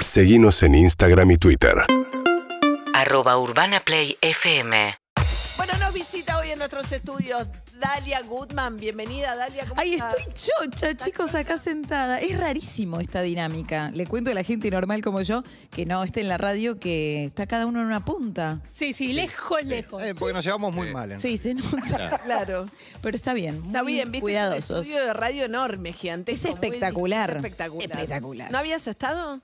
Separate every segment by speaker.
Speaker 1: Seguimos en Instagram y Twitter.
Speaker 2: Arroba Urbana Play FM.
Speaker 3: Bueno, nos visita hoy en nuestros estudios Dalia Goodman. Bienvenida, Dalia. ¿cómo
Speaker 4: Ay,
Speaker 3: estás?
Speaker 4: estoy chocha, chicos, acá sentada. Es rarísimo esta dinámica. Le cuento a la gente normal como yo que no esté en la radio, que está cada uno en una punta.
Speaker 5: Sí, sí, lejos, lejos.
Speaker 6: Eh, porque nos llevamos muy mal. en
Speaker 4: Sí, se nota.
Speaker 3: Claro.
Speaker 4: Pero está bien.
Speaker 3: Está
Speaker 4: muy
Speaker 3: bien, viste. Es un
Speaker 4: Cuidadosos.
Speaker 3: estudio de radio enorme, gigantesco. muy
Speaker 4: Es espectacular.
Speaker 3: difícil, espectacular.
Speaker 4: Espectacular.
Speaker 3: ¿No habías estado?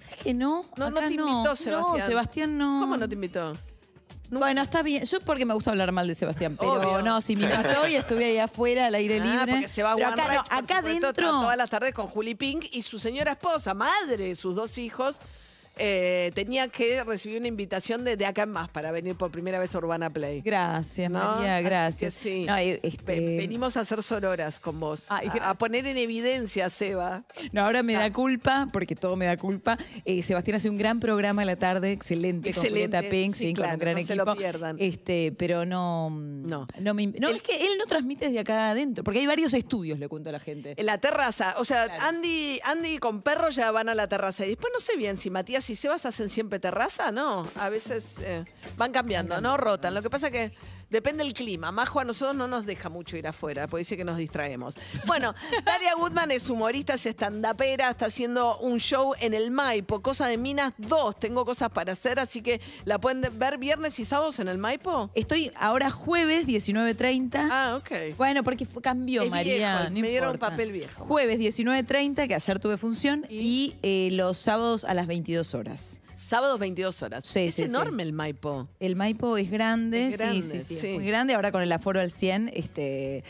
Speaker 4: ¿Sabes que no?
Speaker 3: No, no
Speaker 4: Acá
Speaker 3: te invitó, Sebastián.
Speaker 4: No, Sebastián no.
Speaker 3: ¿Cómo no te invitó?
Speaker 4: Bueno, está bien. Yo porque me gusta hablar mal de Sebastián, pero
Speaker 3: Obvio.
Speaker 4: no, si me mató y estuve ahí afuera al aire libre.
Speaker 3: Ah, porque se va a
Speaker 4: pero
Speaker 3: One
Speaker 4: acá no,
Speaker 3: Ranch, por
Speaker 4: acá
Speaker 3: supuesto, está
Speaker 4: dentro.
Speaker 3: Todas las tardes con Juli Pink y su señora esposa, madre, de sus dos hijos. eh, tenía que recibir una invitación desde acá en más para venir por primera vez a Urbana Play.
Speaker 4: Gracias,
Speaker 3: ¿No?
Speaker 4: María,
Speaker 3: Así que
Speaker 4: gracias.
Speaker 3: sí.
Speaker 4: No, eh,
Speaker 3: Ve-
Speaker 4: este-
Speaker 3: Venimos a hacer sororas con vos.
Speaker 4: Ay,
Speaker 3: a- a,
Speaker 4: gracias.
Speaker 3: poner en evidencia, a Seba.
Speaker 4: No, ahora me da
Speaker 3: Ah.
Speaker 4: culpa, porque todo me da culpa. Eh, Sebastián hace un gran programa a la tarde, excelente,
Speaker 3: Excelente,
Speaker 4: con Julieta Pink,
Speaker 3: sí,
Speaker 4: sí, con
Speaker 3: claro,
Speaker 4: un gran
Speaker 3: no se lo
Speaker 4: equipo.
Speaker 3: pierdan.
Speaker 4: Este, pero no,
Speaker 3: No.
Speaker 4: no, me imp- no, es que él no transmite desde acá adentro, porque hay varios estudios, le cuento a la gente.
Speaker 3: En la terraza. O sea,
Speaker 4: Claro.
Speaker 3: Andy, Andy con perro ya van a la terraza. Y después no sé bien si Matías y Sebas hacen siempre terraza, ¿no? A veces eh, van cambiando, ¿no? Rotan. Lo que pasa que depende del clima. Majo a nosotros no nos deja mucho ir afuera, porque dice que nos distraemos. Bueno, Daria Goodman es humorista, es estandapera, está haciendo un show en el Maipo, Cosa de Minas 2. Tengo cosas para hacer, así que la pueden ver viernes y sábados en el Maipo.
Speaker 4: Estoy ahora jueves 19.30.
Speaker 3: Ah, ok.
Speaker 4: Bueno, porque fue- cambió,
Speaker 3: Es
Speaker 4: María.
Speaker 3: viejo,
Speaker 4: no
Speaker 3: me dieron
Speaker 4: importa.
Speaker 3: papel viejo.
Speaker 4: Jueves 19.30, que ayer tuve función,
Speaker 3: Y-
Speaker 4: y, eh, los sábados a las 22 horas.
Speaker 3: Sábados 22 horas.
Speaker 4: Sí,
Speaker 3: es
Speaker 4: sí, sí.
Speaker 3: enorme el Maipo.
Speaker 4: El Maipo es grande,
Speaker 3: Es
Speaker 4: sí,
Speaker 3: grande,
Speaker 4: sí, sí,
Speaker 3: sí.
Speaker 4: es muy grande. Ahora con el aforo al 100, este,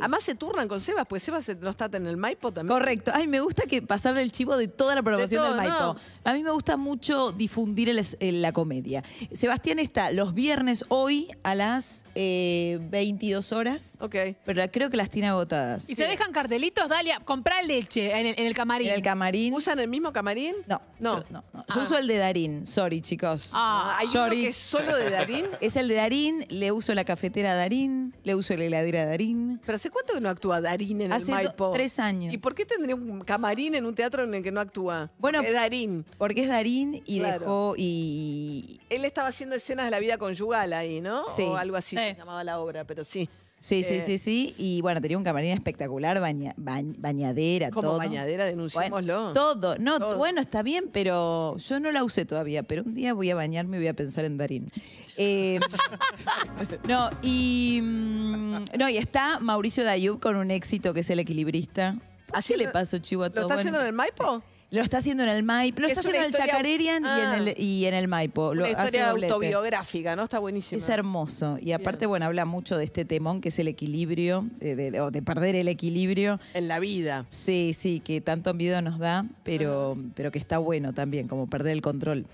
Speaker 3: Además se turnan con Sebas, pues Sebas no está en el Maipo también.
Speaker 4: Correcto. Ay, me gusta que pasarle el chivo de toda la promoción
Speaker 3: De todo,
Speaker 4: del Maipo.
Speaker 3: no.
Speaker 4: A mí me gusta mucho difundir el es- el- la comedia. Sebastián está los viernes hoy a las eh, 22 horas,
Speaker 3: Ok.
Speaker 4: pero la- creo que las tiene agotadas.
Speaker 5: Y se dejan cartelitos, Dalia, comprá leche en el, en el camarín.
Speaker 4: En el camarín.
Speaker 3: ¿Usan el mismo camarín?
Speaker 4: No,
Speaker 3: No.
Speaker 4: Yo, no, no. Yo uso el de Darín. Sorry, chicos.
Speaker 5: Ah,
Speaker 3: Ah, Hay uno
Speaker 4: Sorry.
Speaker 3: que es solo de Darín.
Speaker 4: Es el de Darín, le uso la cafetera a Darín, le uso la heladera a Darín.
Speaker 3: ¿Pero hace cuánto que no actúa Darín en
Speaker 4: Hace
Speaker 3: el
Speaker 4: do-
Speaker 3: Maipo?
Speaker 4: tres años.
Speaker 3: ¿Y por qué tendría un camarín en un teatro en el que no actúa?
Speaker 4: Bueno,
Speaker 3: Porque es Darín.
Speaker 4: Porque es Darín y
Speaker 3: Claro.
Speaker 4: dejó y...
Speaker 3: Él estaba haciendo escenas de la vida conyugal ahí, ¿no?
Speaker 4: Sí.
Speaker 3: O algo así
Speaker 5: Sí.
Speaker 3: se llamaba la obra, pero sí.
Speaker 4: Sí,
Speaker 3: Eh,
Speaker 4: sí, sí, sí. Y bueno, tenía un camarín espectacular, baña- bañ- bañadera,
Speaker 3: Como
Speaker 4: todo.
Speaker 3: bañadera, denunciémoslo.
Speaker 4: Bueno, todo. No,
Speaker 3: Todo.
Speaker 4: bueno, está bien, pero yo no la usé todavía. Pero un día voy a bañarme y voy a pensar en Darín. Eh, no, y, mm, no, y está Mauricio Dayub con un éxito que es el equilibrista. Así
Speaker 3: Haciendo-
Speaker 4: le pasó chivo a
Speaker 3: ¿Lo está
Speaker 4: todo.
Speaker 3: haciendo en el Maipo?
Speaker 4: Lo está haciendo en el Maipo. Lo
Speaker 3: Es
Speaker 4: está
Speaker 3: una
Speaker 4: haciendo en el
Speaker 3: historia-
Speaker 4: Chacarerian y, en
Speaker 3: Ah.
Speaker 4: el, y en el Maipo. Lo
Speaker 3: Una
Speaker 4: hace
Speaker 3: historia
Speaker 4: doblete.
Speaker 3: autobiográfica, ¿no? Está buenísimo.
Speaker 4: Es hermoso. Y aparte, bueno, habla mucho de este temón que es el equilibrio, eh, de, o de perder el equilibrio.
Speaker 3: En la vida.
Speaker 4: Sí, sí, que tanto miedo nos da, pero, pero que está bueno también, como perder el control.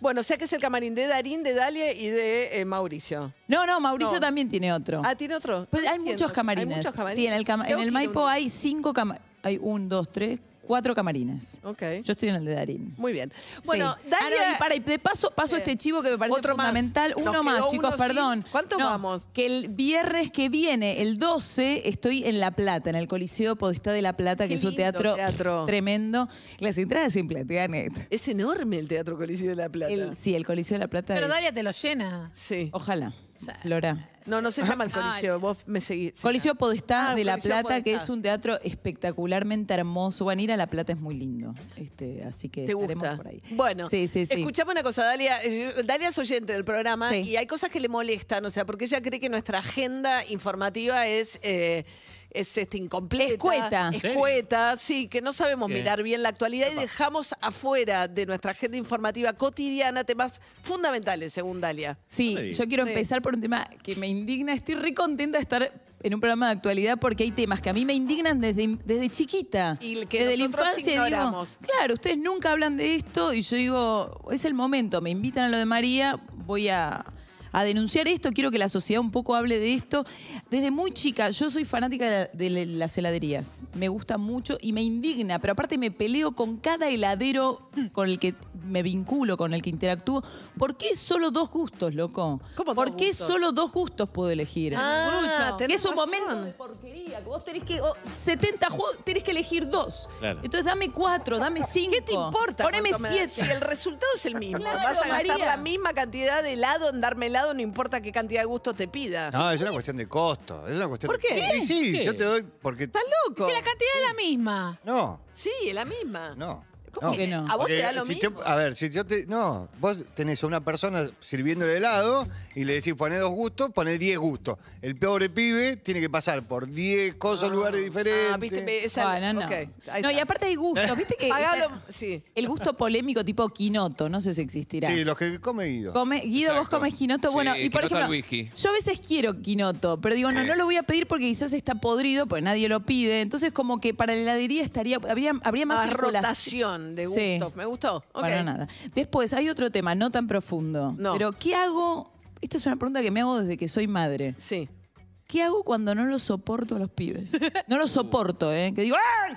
Speaker 3: Bueno, o sea que es el camarín de Darín, de Dalia y de eh, Mauricio.
Speaker 4: No, no, Mauricio
Speaker 3: No.
Speaker 4: también tiene otro.
Speaker 3: Ah, tiene otro.
Speaker 4: Pues
Speaker 3: No
Speaker 4: hay
Speaker 3: entiendo.
Speaker 4: muchos camarines.
Speaker 3: Hay muchos camarines.
Speaker 4: Sí, en el, cama-
Speaker 3: Tengo que ir
Speaker 4: en el
Speaker 3: un
Speaker 4: Maipo
Speaker 3: día.
Speaker 4: hay cinco camarines. Hay un, dos, tres, cuatro camarines.
Speaker 3: Ok.
Speaker 4: Yo estoy en el de Darín.
Speaker 3: Muy bien. Bueno,
Speaker 4: Sí.
Speaker 3: Dalia.
Speaker 4: Ah, no, y para, y de paso, paso
Speaker 3: Sí.
Speaker 4: este chivo que me parece
Speaker 3: Otro más.
Speaker 4: fundamental.
Speaker 3: Nos
Speaker 4: Uno
Speaker 3: quedó
Speaker 4: más, chicos,
Speaker 3: uno, sí.
Speaker 4: perdón.
Speaker 3: ¿Cuánto
Speaker 4: No,
Speaker 3: vamos?
Speaker 4: Que el viernes que viene, el 12, estoy en La Plata, en el Coliseo Podestá de La Plata,
Speaker 3: Qué
Speaker 4: que es un
Speaker 3: lindo
Speaker 4: teatro,
Speaker 3: teatro.
Speaker 4: tremendo. Las entradas en Plateanet.
Speaker 3: Es enorme el Teatro Coliseo de la Plata.
Speaker 4: El- Oh. sí, el Coliseo de La Plata.
Speaker 5: Pero
Speaker 4: es-
Speaker 5: Dalia te lo llena.
Speaker 3: Sí.
Speaker 4: Ojalá, Flora.
Speaker 3: No, no se llama el Coliseo. Vos me seguís. Sí.
Speaker 4: Coliseo Podestá
Speaker 3: Ah,
Speaker 4: de La
Speaker 3: Coliseo
Speaker 4: Plata, que
Speaker 3: Podestá.
Speaker 4: es un teatro espectacularmente hermoso. Van a ir a La Plata, es muy lindo. Este, así que
Speaker 3: Te
Speaker 4: estaremos
Speaker 3: gusta.
Speaker 4: por ahí.
Speaker 3: Bueno,
Speaker 4: sí, sí, sí.
Speaker 3: escuchame una cosa, Dalia. eh, Dalia es oyente del programa
Speaker 4: Sí.
Speaker 3: y hay cosas que le molestan, o sea, porque ella cree que nuestra agenda informativa es. eh, es este, incompleta.
Speaker 4: Escueta. ¿En
Speaker 3: Escueta, sí, que no sabemos mirar bien la actualidad y dejamos afuera de nuestra agenda informativa cotidiana temas fundamentales, según Dalia.
Speaker 4: Sí, yo quiero
Speaker 3: Sí.
Speaker 4: empezar por un tema que me indigna. Estoy re contenta de estar en un programa de actualidad porque hay temas que a mí me indignan desde, desde chiquita.
Speaker 3: Y que
Speaker 4: desde
Speaker 3: nosotros
Speaker 4: digo,
Speaker 3: ignoramos.
Speaker 4: claro, ustedes nunca hablan de esto y yo digo, es el momento, me invitan a lo de María, voy a, a denunciar esto, quiero que la sociedad un poco hable de esto. Desde muy chica, yo soy fanática de, la- de le- las heladerías. Me gusta mucho y me indigna, pero aparte me peleo con cada heladero con el que me vinculo, con el que interactúo. ¿Por qué solo dos gustos, loco?
Speaker 3: ¿Cómo dos
Speaker 4: ¿Por qué
Speaker 3: gustos?
Speaker 4: solo dos gustos puedo elegir?
Speaker 3: Ah,
Speaker 5: Brucho.
Speaker 4: Que
Speaker 3: tenés
Speaker 4: es un
Speaker 3: razón.
Speaker 4: momento de porquería. que Vos tenés que. oh, 70 juegos, tenés que elegir dos.
Speaker 6: Claro.
Speaker 4: Entonces dame cuatro, dame cinco.
Speaker 3: ¿Qué te importa?
Speaker 4: Poneme
Speaker 3: cuánto me da? Si el
Speaker 4: siete.
Speaker 3: resultado es el mismo.
Speaker 4: Claro,
Speaker 3: Vas a gastar
Speaker 4: María.
Speaker 3: la misma cantidad de helado en darme helado, no importa qué cantidad de gusto te pida.
Speaker 7: No, es una cuestión de costo. Es una cuestión
Speaker 3: ¿Por qué?
Speaker 7: de- Y sí,
Speaker 6: ¿Qué?
Speaker 7: yo te doy porque.
Speaker 3: ¿Estás loco?
Speaker 5: Si la cantidad es la misma.
Speaker 7: No,
Speaker 3: Sí, es la misma.
Speaker 7: no.
Speaker 4: ¿Cómo que no?
Speaker 3: ¿A vos te da lo
Speaker 7: si te-
Speaker 3: mismo?
Speaker 7: a ver, si yo te. No, vos tenés a una persona sirviendo el helado y le decís poné dos gustos, poné diez gustos. El pobre pibe tiene que pasar por diez cosas, lugares diferentes.
Speaker 3: Ah, viste, me- esa-
Speaker 4: Ah, no, no.
Speaker 3: ok, ahí
Speaker 4: no, y
Speaker 3: está.
Speaker 4: aparte hay gustos. ¿Viste que
Speaker 3: Pagalo,
Speaker 4: está
Speaker 3: sí.
Speaker 4: el gusto polémico tipo quinoto? No sé si existirá.
Speaker 7: Sí, los que come Guido.
Speaker 4: Come- Guido, vos
Speaker 6: Exacto.
Speaker 4: comes quinoto.
Speaker 6: Sí,
Speaker 4: Bueno, y por
Speaker 6: quinoto
Speaker 4: ejemplo,
Speaker 6: al whisky.
Speaker 4: yo a veces quiero quinoto, pero digo, no, no lo voy a pedir porque quizás está podrido, pues nadie lo pide. Entonces, como que para la heladería estaría, habría, habría más
Speaker 3: Más
Speaker 4: circulación.
Speaker 3: rotación de
Speaker 4: Sí.
Speaker 3: gustos. Me gustó. Ok.
Speaker 4: Para nada. Después, hay otro tema, no tan profundo.
Speaker 3: No.
Speaker 4: Pero, ¿qué hago? Esto es una pregunta que me hago desde que soy madre.
Speaker 3: Sí.
Speaker 4: ¿Qué hago cuando no los soporto a los pibes? No
Speaker 3: Uh.
Speaker 4: los soporto, ¿eh? Que digo, ¡ay!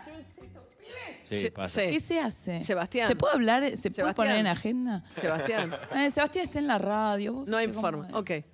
Speaker 6: Sí,
Speaker 3: Se-
Speaker 6: pasa.
Speaker 4: ¿Qué
Speaker 3: sí.
Speaker 4: se hace?
Speaker 3: Eh, Sebastián.
Speaker 4: ¿Se puede hablar? ¿Se puede
Speaker 3: Sebastián.
Speaker 4: poner en agenda?
Speaker 3: Sebastián.
Speaker 4: Eh, Sebastián está en la radio. vos
Speaker 3: No hay
Speaker 4: viste cómo
Speaker 3: forma.
Speaker 4: es.
Speaker 3: Ok.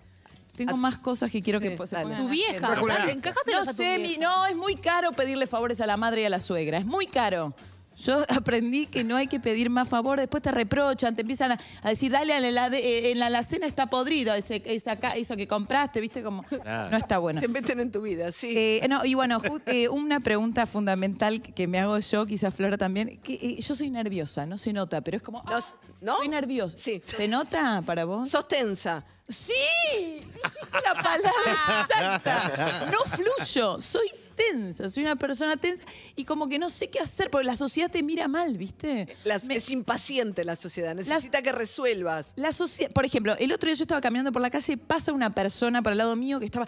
Speaker 4: Tengo más cosas que quiero que
Speaker 3: Sí,
Speaker 4: se
Speaker 3: dale.
Speaker 4: pongan
Speaker 5: Tu
Speaker 4: en la
Speaker 5: vieja.
Speaker 4: agenda.
Speaker 5: ¿verdad? Encajáselos
Speaker 4: No
Speaker 5: a tu
Speaker 4: sé, mi-
Speaker 5: vieja.
Speaker 4: no, es muy caro pedirle favores a la madre y a la suegra. Es muy caro. Yo aprendí que no hay que pedir más favor, después te reprochan, te empiezan a, a decir, dale a la, helade- eh, en la alacena está podrido ese- esa ca- eso que compraste, viste como
Speaker 6: Claro.
Speaker 4: no está bueno.
Speaker 3: Se meten en tu vida, sí.
Speaker 4: Eh, no, y bueno, ju- eh, una pregunta fundamental que- que me hago yo, quizás Flora también, que eh, yo soy nerviosa, no se nota, pero es como,
Speaker 3: No
Speaker 4: ah,
Speaker 3: s- ¿no?
Speaker 4: soy nerviosa.
Speaker 3: Sí.
Speaker 4: ¿Se nota para vos?
Speaker 3: Sos tensa.
Speaker 4: ¡Sí! Dijiste La palabra exacta. No fluyo, soy tensa, soy una persona tensa y como que no sé qué hacer porque la sociedad te mira mal, ¿viste?
Speaker 3: Las- Es impaciente la sociedad. Necesita que resuelvas.
Speaker 4: La sociedad, por ejemplo, el otro día yo estaba caminando por la calle y pasa una persona para el lado mío que estaba.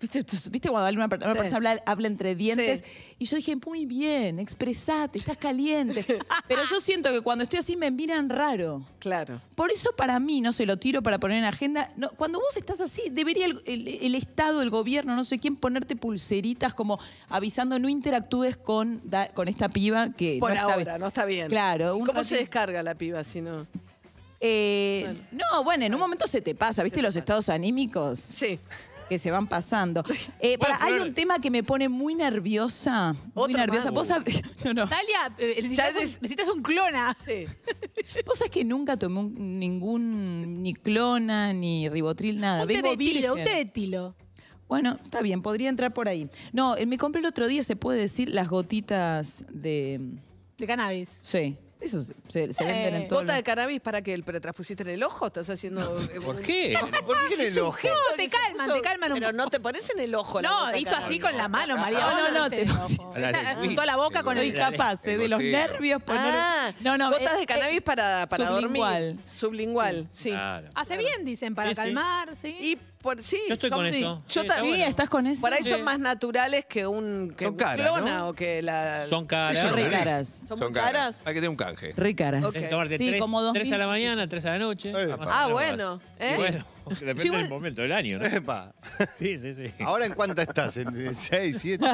Speaker 4: ¿Viste cuando alguna per- una
Speaker 3: Sí.
Speaker 4: persona habla, habla entre dientes? Y yo dije, muy bien, expresate, estás caliente. Pero yo siento que cuando estoy así me miran raro.
Speaker 3: Claro.
Speaker 4: Por eso para mí, no se lo tiro para poner en agenda, no, cuando vos estás así, debería el, el- el Estado, el gobierno, no sé quién, ponerte pulseritas como avisando no interactúes con, da- con esta piba que...
Speaker 3: Por
Speaker 4: no está
Speaker 3: ahora,
Speaker 4: bien.
Speaker 3: no está bien.
Speaker 4: Claro.
Speaker 3: ¿Y
Speaker 4: uno
Speaker 3: ¿Cómo
Speaker 4: no
Speaker 3: se
Speaker 4: tiene-
Speaker 3: descarga la piba si no?
Speaker 4: Eh, No, bueno, en un momento se te pasa, ¿viste? Los estados anímicos
Speaker 3: Sí.
Speaker 4: que se van pasando. Eh,
Speaker 6: Bueno,
Speaker 4: para, hay
Speaker 6: pero-
Speaker 4: un tema que me pone muy nerviosa. Muy
Speaker 3: Otro
Speaker 4: nerviosa.
Speaker 3: más.
Speaker 4: Vos sabés- no, no.
Speaker 5: Dalia, eh,
Speaker 3: Ya
Speaker 5: necesitas, un,
Speaker 3: des-
Speaker 5: necesitas un clona.
Speaker 3: Sí.
Speaker 4: Vos sabés que nunca tomé un- ningún, ni clona, ni ribotril, nada.
Speaker 5: Un té
Speaker 4: Ah, Vengo
Speaker 5: de tilo, un
Speaker 4: virgen.
Speaker 5: té de tilo.
Speaker 4: Bueno, está bien, podría entrar por ahí. No, eh, me compré el otro día, se puede decir, las gotitas de.
Speaker 5: De cannabis.
Speaker 4: Sí, eso se, se- se
Speaker 5: Eh,
Speaker 4: venden en todo.
Speaker 3: ¿Gota de cannabis para que ¿Pero trasfusiste en el ojo? ¿Estás haciendo.? eh,
Speaker 6: ¿Por
Speaker 3: un-
Speaker 6: qué?
Speaker 7: ¿Por
Speaker 3: Ah,
Speaker 7: qué tiene el ojo?
Speaker 5: No, te calman, te calman un
Speaker 3: Pero no te pones en el ojo. la
Speaker 5: No,
Speaker 3: gota
Speaker 5: hizo
Speaker 3: cannabis.
Speaker 5: así con la mano, María.
Speaker 4: No,
Speaker 5: Vos
Speaker 4: no, no,
Speaker 5: te-
Speaker 4: te-
Speaker 5: Ella apuntó la boca con
Speaker 4: Soy
Speaker 5: el...
Speaker 4: capaz, eh, de los
Speaker 6: Gotero.
Speaker 4: nervios. poner-
Speaker 3: Ah,
Speaker 4: no, no.
Speaker 3: Gotas
Speaker 4: eh,
Speaker 3: de cannabis
Speaker 4: eh,
Speaker 3: para, para
Speaker 4: sublingual.
Speaker 3: dormir. Sublingual. Sí.
Speaker 6: Claro.
Speaker 5: Hace bien, dicen, para
Speaker 6: Sí, sí.
Speaker 5: calmar, ¿sí?
Speaker 3: Y por sí.
Speaker 6: Yo estoy
Speaker 3: son-
Speaker 6: con
Speaker 3: sí.
Speaker 6: eso.
Speaker 3: Yo
Speaker 6: Sí, está
Speaker 3: también.
Speaker 4: Sí, estás con eso.
Speaker 3: Por ahí
Speaker 6: Sí.
Speaker 3: son más naturales que un, que
Speaker 7: Son
Speaker 3: un
Speaker 7: caras,
Speaker 3: clona
Speaker 7: ¿no?
Speaker 3: o que la.
Speaker 6: Son caras.
Speaker 4: Re caras.
Speaker 3: ¿Son muy caras?
Speaker 8: Hay que tener un canje.
Speaker 4: Re caras.
Speaker 3: Ok.
Speaker 6: Tenés que tomarte
Speaker 4: Sí,
Speaker 6: tres,
Speaker 4: como dos
Speaker 6: tres
Speaker 4: mil.
Speaker 6: a la mañana, tres a la noche.
Speaker 7: Eh,
Speaker 6: más o
Speaker 7: ah,
Speaker 6: menos
Speaker 3: bueno,
Speaker 6: vas.
Speaker 3: ¿eh?
Speaker 6: Y bueno, depende
Speaker 4: Yo igual-
Speaker 6: del momento del año, ¿no?
Speaker 7: Epa.
Speaker 6: Sí, sí, sí.
Speaker 7: ¿Ahora en cuánta estás? ¿En 6, 7?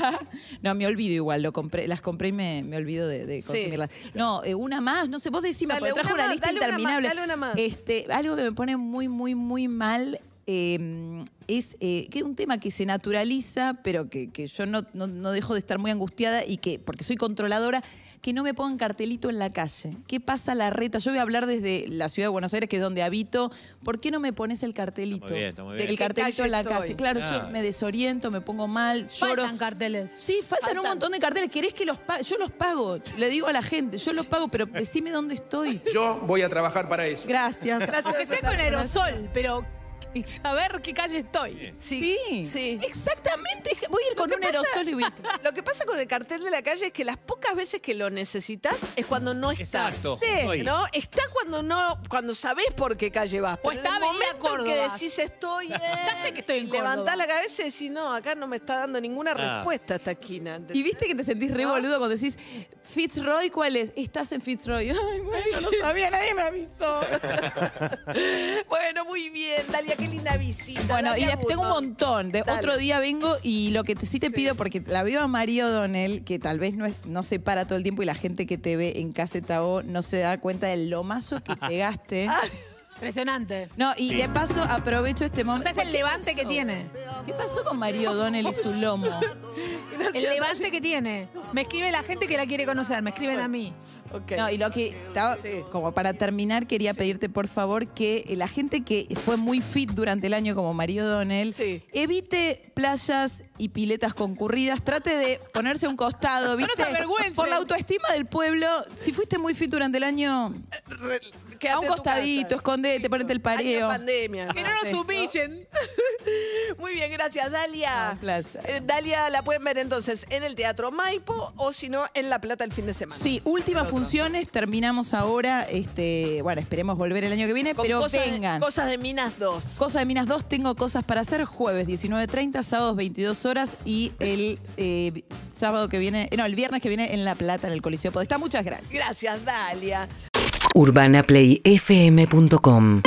Speaker 4: No, me olvido igual, lo compré, las compré y me, me olvido de, de consumirlas. No, eh, una más, no sé, vos decime,
Speaker 3: Dale,
Speaker 4: porque trajo
Speaker 3: una más,
Speaker 4: una, lista
Speaker 3: dale una más,
Speaker 4: interminable.
Speaker 3: dale una más.
Speaker 4: Este, algo que me pone muy, muy, muy mal eh, es eh, que es un tema que se naturaliza, pero que, que yo no, no- no dejo de estar muy angustiada y que, porque soy controladora, que no me pongan cartelito en la calle. ¿Qué pasa la reta? Yo voy a hablar desde la ciudad de Buenos Aires, que es donde habito. ¿Por qué no me pones el cartelito?
Speaker 6: Está muy bien, está muy bien.
Speaker 4: El
Speaker 6: ¿De qué
Speaker 4: cartelito
Speaker 3: calle
Speaker 4: en la
Speaker 3: estoy?
Speaker 4: calle. Claro, yo
Speaker 6: Claro.
Speaker 4: me desoriento, me pongo mal, lloro.
Speaker 5: Faltan carteles.
Speaker 4: Sí, faltan, un
Speaker 3: Faltan.
Speaker 4: montón de carteles. ¿Querés que los pague? Yo los pago. Le digo a la gente, yo los pago, pero decime dónde estoy.
Speaker 8: Yo voy a trabajar para eso.
Speaker 4: Gracias.
Speaker 5: Aunque sea con aerosol, pero y saber qué calle estoy.
Speaker 3: Sí.
Speaker 4: Sí,
Speaker 3: sí.
Speaker 4: Exactamente. es que Voy a ir con
Speaker 3: que
Speaker 4: un
Speaker 3: pasa-
Speaker 4: aerosol y voy.
Speaker 3: Lo que pasa con el cartel de la calle es que las pocas veces que lo necesitas es cuando no está.
Speaker 6: Exacto,
Speaker 3: Sí,
Speaker 6: estoy.
Speaker 3: ¿no? Está cuando no, cuando sabés por qué calle vas. Pero
Speaker 5: está
Speaker 3: en el
Speaker 5: Avenida
Speaker 3: momento
Speaker 5: Córdoba.
Speaker 3: que decís estoy en-
Speaker 5: Ya sé que estoy en Córdoba.
Speaker 3: Levantás la cabeza y decís, no, acá no me está dando ninguna
Speaker 6: Ah.
Speaker 3: respuesta esta esquina. ¿entendés?
Speaker 4: Y viste que te sentís re boludo cuando decís, Fitzroy, ¿cuál es? Estás en Fitzroy. Ay, bueno, no sabía, nadie me avisó.
Speaker 3: Bueno, muy bien, Dalia, qué linda visita.
Speaker 4: Bueno, y
Speaker 3: Dalia
Speaker 4: después tengo un
Speaker 3: Gutman.
Speaker 4: montón. De
Speaker 3: Dale.
Speaker 4: otro día vengo y lo que te, sí te pido, porque la veo a María O'Donnell, que tal vez no, es- no se para todo el tiempo y la gente que te ve en Casetao no se da cuenta del lomazo que pegaste.
Speaker 5: Impresionante.
Speaker 4: No, y de paso aprovecho este
Speaker 5: O
Speaker 4: momento.
Speaker 5: sea, es el levante que tiene.
Speaker 4: ¿Qué pasó con María O'Donnell y su lomo?
Speaker 5: El levante que tiene. Me escribe la gente que la quiere conocer, me escriben a mí.
Speaker 3: Ok.
Speaker 4: No, y lo que estaba, como para terminar, quería pedirte por favor que la gente que fue muy fit durante el año, como Mario Donel,
Speaker 3: Sí.
Speaker 4: evite playas y piletas concurridas. Trate de ponerse a un costado,
Speaker 5: No nos
Speaker 4: ¿viste?
Speaker 5: avergüencen.
Speaker 4: por la autoestima del pueblo, si fuiste muy fit durante el año,
Speaker 3: Quédate
Speaker 4: a un
Speaker 3: en tu
Speaker 4: costadito,
Speaker 3: casa.
Speaker 4: escondete, ponete el
Speaker 3: Año
Speaker 4: pareo.
Speaker 3: pandemia.
Speaker 5: Que no nos humillen.
Speaker 3: Muy bien, gracias, Dalia.
Speaker 4: Un placer.
Speaker 3: Eh, Dalia la pueden ver entonces en el Teatro Maipo o si no, en La Plata el fin de semana.
Speaker 4: Sí, últimas funciones, terminamos ahora. Este, bueno, esperemos volver el año que viene,
Speaker 3: Con
Speaker 4: pero
Speaker 3: cosas de-
Speaker 4: vengan.
Speaker 3: cosas de Minas 2.
Speaker 4: Cosa de Minas 2, tengo cosas para hacer jueves 19.30, sábados 22 horas y el eh, vi- sábado que viene, eh, no, el viernes que viene en La Plata, en el Coliseo Podestá. Muchas gracias.
Speaker 3: Gracias, Dalia.
Speaker 2: urbanaplayfm.com